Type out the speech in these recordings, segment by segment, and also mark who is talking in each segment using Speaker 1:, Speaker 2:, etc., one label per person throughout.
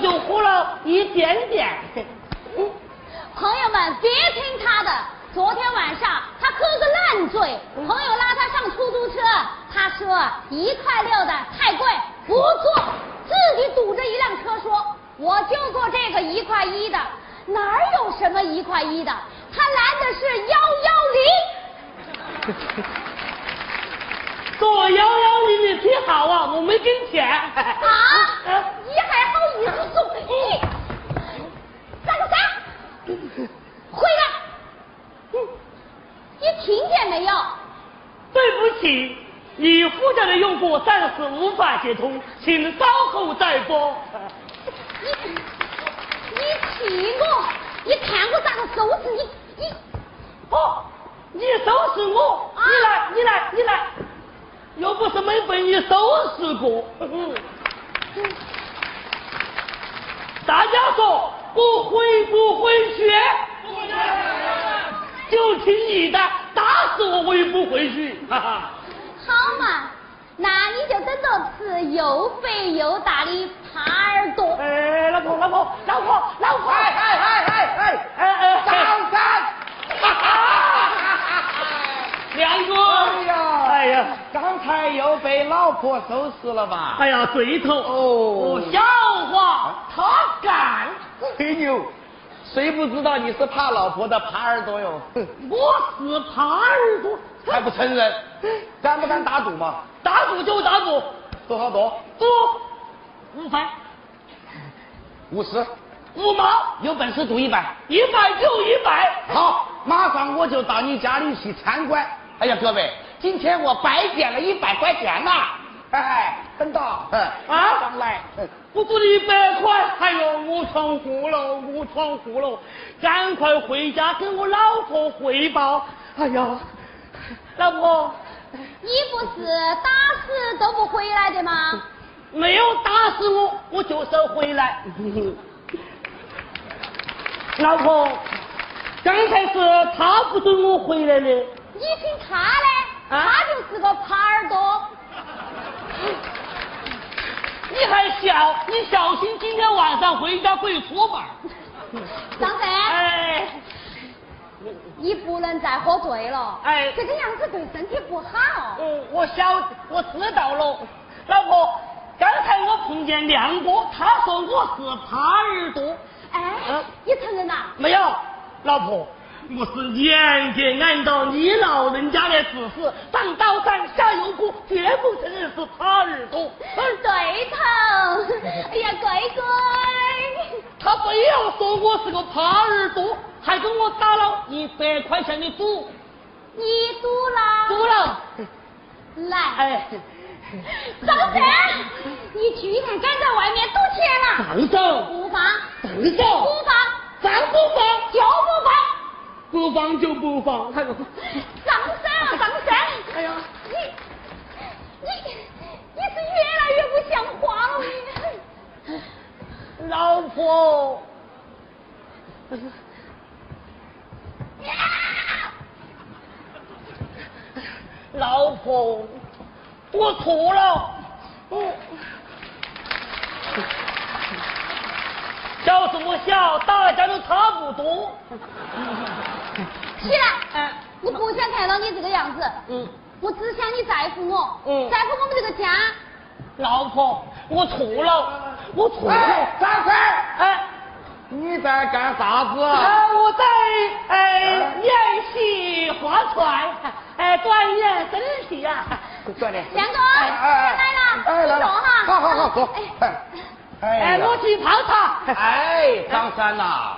Speaker 1: 就糊了一点点。
Speaker 2: 朋友们，别听他的。昨天晚上他喝个烂醉，朋友拉他上出租车，他说一块六的太贵，不坐，自己堵着一辆车说我就坐这个一块一的，哪儿有什么一块一的？他拦的是幺幺零。
Speaker 1: 坐幺幺零你挺好啊，我没跟钱。
Speaker 2: 啊！你还好意思送你？干啥？回来！你听见没有？
Speaker 1: 对不起，你呼叫的用户暂时无法接通，请稍后再拨。
Speaker 2: 你你踢我，你看我咋个收拾你？你
Speaker 1: 哦，你收拾我，
Speaker 2: 啊
Speaker 1: 你来，你来，你来，又不是没被你收拾过。大家说我回不回去？就听你的，打死我我也不回去。哈哈。
Speaker 2: 好嘛，那你就等着吃又肥又大的耙耳朵。
Speaker 1: 哎，老婆，老婆，老婆，老婆，哎哎哎哎哎哎哎，
Speaker 3: 张三，
Speaker 1: 哈 哈，梁哥，
Speaker 3: 哎呀，
Speaker 1: 哎呀，
Speaker 3: 刚才又被老婆收拾了吧？
Speaker 1: 哎呀，对头，
Speaker 3: 哦
Speaker 1: 笑话，他敢，
Speaker 3: 吹牛，哎谁不知道你是怕老婆的耙耳朵 哟？哼
Speaker 1: 我是耙耳朵，
Speaker 3: 还不承认？敢不敢打赌嘛？
Speaker 1: 打赌就打赌，
Speaker 3: 多少赌？
Speaker 1: 赌五百，
Speaker 3: 五十，
Speaker 1: 五毛，
Speaker 3: 有本事赌一百。
Speaker 1: 一百就一百，
Speaker 3: 好，马上我就到你家里去参观。哎呀，各位，今天我白捡了一百块钱呐！哎，真的？嗯
Speaker 1: 啊
Speaker 3: 啊，上来。嗯
Speaker 1: 我赌了一百块，哎呦，我闯祸了，我闯祸了，赶快回家跟我老婆汇报。哎呀，老婆，
Speaker 2: 你不是打死都不回来的吗？
Speaker 1: 没有打死我，我就是要回来。 老婆，刚才是他不准我回来的，
Speaker 2: 你听他嘞，
Speaker 1: 啊
Speaker 2: 他就是个耙耳朵。
Speaker 1: 你还小，你小心今天晚上回家跪搓板。
Speaker 2: 张三，
Speaker 1: 哎，
Speaker 2: 你不能再喝醉了，
Speaker 1: 哎
Speaker 2: 这个样子对身体不好。
Speaker 1: 我嗯我晓，我知道了。老婆，刚才我碰见亮哥，他说我是耙耳朵。
Speaker 2: 哎
Speaker 1: 嗯，
Speaker 2: 你承认呐？
Speaker 1: 没有，老婆，我是严格按照你老人家的指示，上刀山下油锅，绝不承认是耙耳朵。
Speaker 2: 对头，哎呀，乖乖，
Speaker 1: 他非要说我是个耙耳朵，还跟我打了一百块钱的赌，
Speaker 2: 你赌了？
Speaker 1: 赌。了。
Speaker 2: 来，
Speaker 1: 哎，
Speaker 2: 张三，你居然敢在外面赌钱了？
Speaker 1: 放手，
Speaker 2: 不放，
Speaker 1: 放
Speaker 2: 不
Speaker 1: 手，
Speaker 2: 放，
Speaker 1: 放不放？
Speaker 2: 就不放。
Speaker 1: 不放就不放。哎呦
Speaker 2: 张三啊，张三，
Speaker 1: 哎呀，
Speaker 2: 你你你是越来越不像话了。你
Speaker 1: 老婆，
Speaker 2: 啊
Speaker 1: 老婆，我错了，我。笑什么笑？大家都差不多。
Speaker 2: 起
Speaker 3: 哎
Speaker 2: 来！我不想看到你这个样子，
Speaker 1: 嗯，
Speaker 2: 我只想你在乎我，
Speaker 1: 嗯
Speaker 2: 在乎我们这个家。
Speaker 1: 老婆，我错了，我错了
Speaker 3: 哎。，张三，
Speaker 1: 哎
Speaker 3: 你在干啥子啊？
Speaker 1: 啊，我在呃练习划船，哎、锻炼身体啊。
Speaker 3: 锻炼。
Speaker 2: 梁哥，
Speaker 3: 哎哎
Speaker 2: 来了，
Speaker 3: 哎来
Speaker 2: 走
Speaker 3: 了，
Speaker 2: 哈，
Speaker 3: 好好好走
Speaker 2: 哎。
Speaker 3: 哎
Speaker 1: 哎、
Speaker 3: 哎呀
Speaker 1: 我去泡茶。
Speaker 3: 哎，张三呐、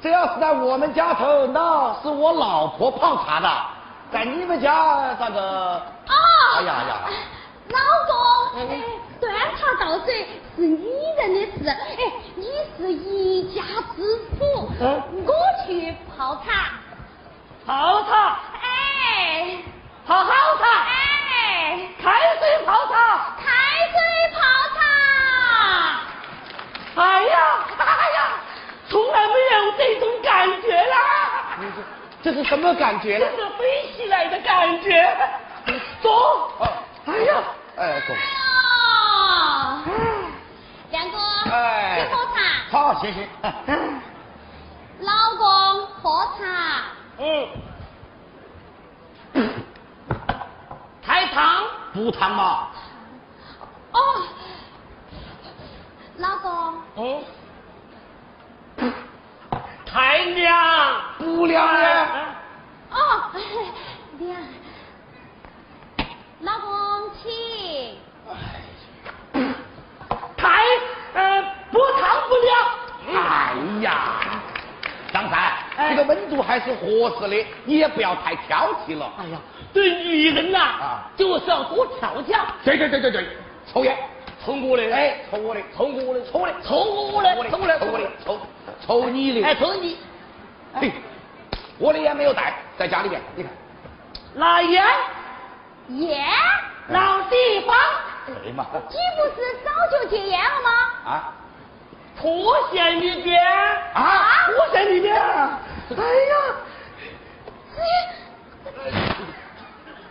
Speaker 3: 这要是在我们家头，那是我老婆泡茶的，在你们家那个，
Speaker 2: 哦，
Speaker 3: 哎呀哎呀，
Speaker 2: 老公，哎端茶倒水是女人的事，哎，你是一家之主，
Speaker 1: 嗯
Speaker 2: 我去泡茶，
Speaker 1: 泡茶，
Speaker 2: 哎，
Speaker 1: 泡好茶，
Speaker 2: 哎，
Speaker 1: 开水泡茶。
Speaker 2: 开水泡茶。
Speaker 1: 哎呀，哎呀，从来没有这种感觉啦，
Speaker 3: 这是什么感觉
Speaker 1: 这
Speaker 3: 呢？
Speaker 1: 是飞起来的感觉。走。
Speaker 3: 哦
Speaker 1: 哎呀，
Speaker 2: Oh!
Speaker 3: 哎，走，
Speaker 2: 哎呦，梁哥，
Speaker 1: 哦
Speaker 3: 哎
Speaker 2: 你喝茶，
Speaker 3: 哦，行行，
Speaker 2: 老公，喝茶。
Speaker 1: 嗯，台糖，
Speaker 3: 补糖嘛，
Speaker 2: 哦，老公，
Speaker 1: 嗯，台哎亮，
Speaker 3: 不凉啊了。
Speaker 2: 哦， 娘，老公请。
Speaker 1: 台呃不糖不亮。
Speaker 3: 哎呀，张三，
Speaker 1: 哎
Speaker 3: 这个温度还是合适的，你也不要太挑剔了。
Speaker 1: 哎呀，对女人呐、
Speaker 3: 啊
Speaker 1: 就是要多调教。
Speaker 3: 对对对对对，抽烟，
Speaker 1: 从我来，
Speaker 3: 哎，抽我的，
Speaker 1: 从我来，
Speaker 3: 抽我
Speaker 1: 从我来，
Speaker 3: 的，抽
Speaker 1: 从
Speaker 3: 我
Speaker 1: 我
Speaker 3: 的，
Speaker 1: 来，
Speaker 3: 抽
Speaker 1: 从
Speaker 3: 我
Speaker 1: 我
Speaker 3: 的
Speaker 1: 来，，
Speaker 3: 抽抽你的。
Speaker 1: 哎，从你
Speaker 3: 嘿，我的烟没有带，在家里面，你看。
Speaker 1: 老爷，
Speaker 2: 爷，
Speaker 1: 老地方，
Speaker 3: 哎呀妈，
Speaker 2: 既不是早就戒烟了吗？
Speaker 3: 啊
Speaker 1: 土县里边，
Speaker 3: 啊！
Speaker 1: 土县里边，哎呀，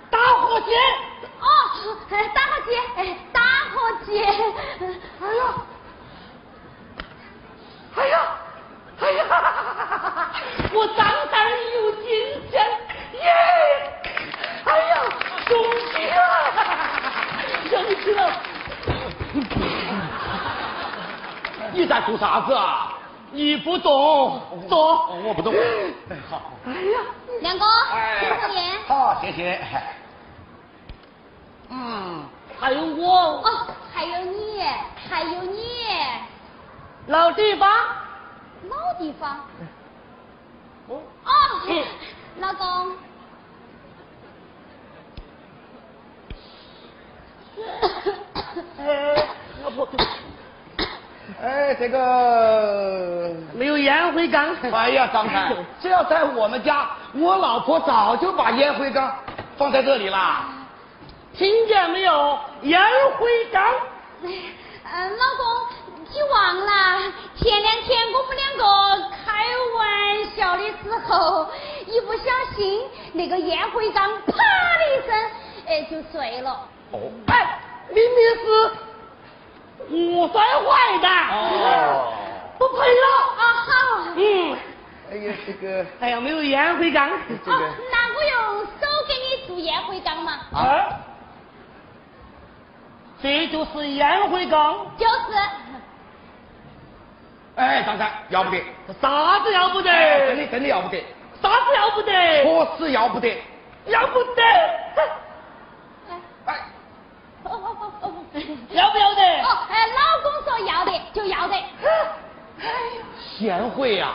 Speaker 1: 打火机，
Speaker 2: 哦，哎打火机，哎，打火机，哎呀，
Speaker 1: 哎呀，哎呀，我长大有今天，耶！哎呀，恭喜啊，生气了。
Speaker 3: 你在做啥子啊？
Speaker 1: 你不懂，
Speaker 3: 哦
Speaker 1: 走。
Speaker 3: 我不懂。哎好，
Speaker 2: 两哥，
Speaker 3: 哎
Speaker 2: 请抽烟。
Speaker 3: 好，谢谢。嗯，
Speaker 1: 还有我
Speaker 2: 哦，还有你，还有你，
Speaker 1: 老地方，
Speaker 2: 老地方。
Speaker 1: 哦
Speaker 2: 哦，
Speaker 3: 嗯
Speaker 2: 老公。
Speaker 1: 哎，要不
Speaker 3: 哎，这个，
Speaker 1: 没有烟灰缸。
Speaker 3: 哎呀，张开，这要在我们家，我老婆早就把烟灰缸放在这里啦。
Speaker 1: 听见没有？烟灰缸。
Speaker 2: 嗯，老公，你忘了前两天我们两个开玩笑的时候，一不小心那个烟灰缸啪的一声，哎，就碎了。
Speaker 3: 哦，
Speaker 1: 哎，明明是我摔坏的。
Speaker 3: 哦
Speaker 1: 不赔了。
Speaker 2: 啊好，啊，
Speaker 1: 嗯，
Speaker 3: 哎呀，这个，
Speaker 1: 哎呀，没有烟灰缸。
Speaker 3: 这个，
Speaker 2: 哦那我用手给你做烟灰缸嘛，
Speaker 1: 啊，这就是烟灰缸。
Speaker 2: 就是。
Speaker 3: 哎，张三，要不得，
Speaker 1: 啥子要不得？
Speaker 3: 哎真的真的要不得，
Speaker 1: 啥子要不得？
Speaker 3: 确实要不得。
Speaker 1: 要不得，
Speaker 2: 哎
Speaker 3: 哎，
Speaker 2: 哦哦哦哦
Speaker 1: 要不要得？
Speaker 2: 哦，哎，老公说要得就要得。
Speaker 3: 贤惠呀、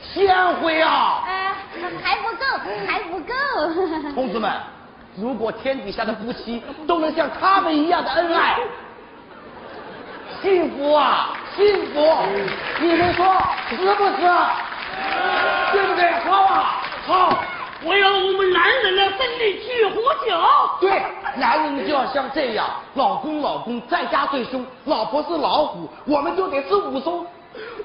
Speaker 3: 贤惠啊呀、
Speaker 2: 哎，还不够，还不够。
Speaker 3: 同志们，如果天底下的夫妻都能像他们一样的恩爱，幸福啊，幸福！你们说是不是？对不对？好啊，好。
Speaker 1: 我要我们男人的生理去喝酒。
Speaker 3: 对，男人就要像这样，老公老公在家最凶，老婆是老虎，我们就得是武松。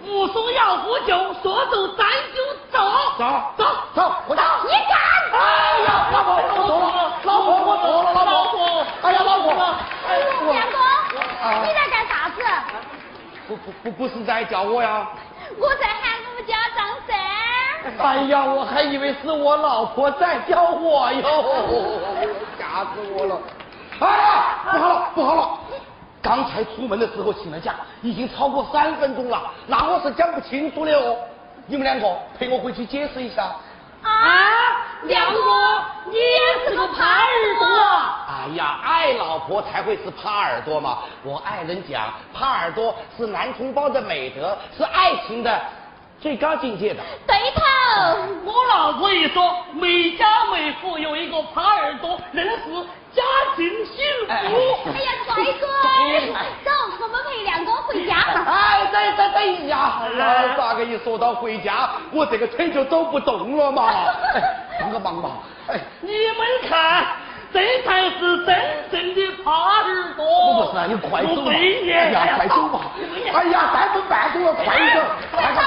Speaker 1: 武松要喝酒，说走咱就走。
Speaker 3: 走
Speaker 1: 走
Speaker 3: 走，我走。
Speaker 2: 你敢？
Speaker 3: 哎呀，老婆，我走了，老婆，我走了，老
Speaker 1: 老
Speaker 3: 婆
Speaker 1: 婆。
Speaker 3: 哎呀，老婆，哎呀，我
Speaker 2: 梁
Speaker 3: 啊
Speaker 2: 哥，你在干啥子？
Speaker 3: 不不不不是在叫我呀！
Speaker 2: 我在喊我们家张三。
Speaker 3: 哎呀，我还以为是我老婆在叫我哟，吓死我了！哎呀，不好了，不好了！刚才出门的时候请了假，已经超过三分钟了，那我是讲不清楚的哦。你们两个陪我回去解释一下。
Speaker 2: 啊，
Speaker 1: 梁哥，你也是个耙耳朵。
Speaker 3: 哎呀，爱老婆才会是耙耳朵嘛！我爱人讲，耙耳朵是男同胞的美德，是爱情的最高境界的。
Speaker 2: 对头。
Speaker 1: 我老婆一说，每家每户有一个耙耳朵，能使家庭幸福。
Speaker 2: 哎呀，乖乖，走，我们陪梁哥回家。
Speaker 3: 哎，等等等一下，
Speaker 1: 哎
Speaker 3: 老大哥一说到回家，我这个腿就走不动了嘛。哎，帮个忙吧。哎，
Speaker 1: 你们看，这才是真正的耙耳朵。
Speaker 3: 我不是啊，你快走吧。
Speaker 1: 我背你
Speaker 3: 哎呀，快走吧。哎呀，三分半钟了，快一点，快快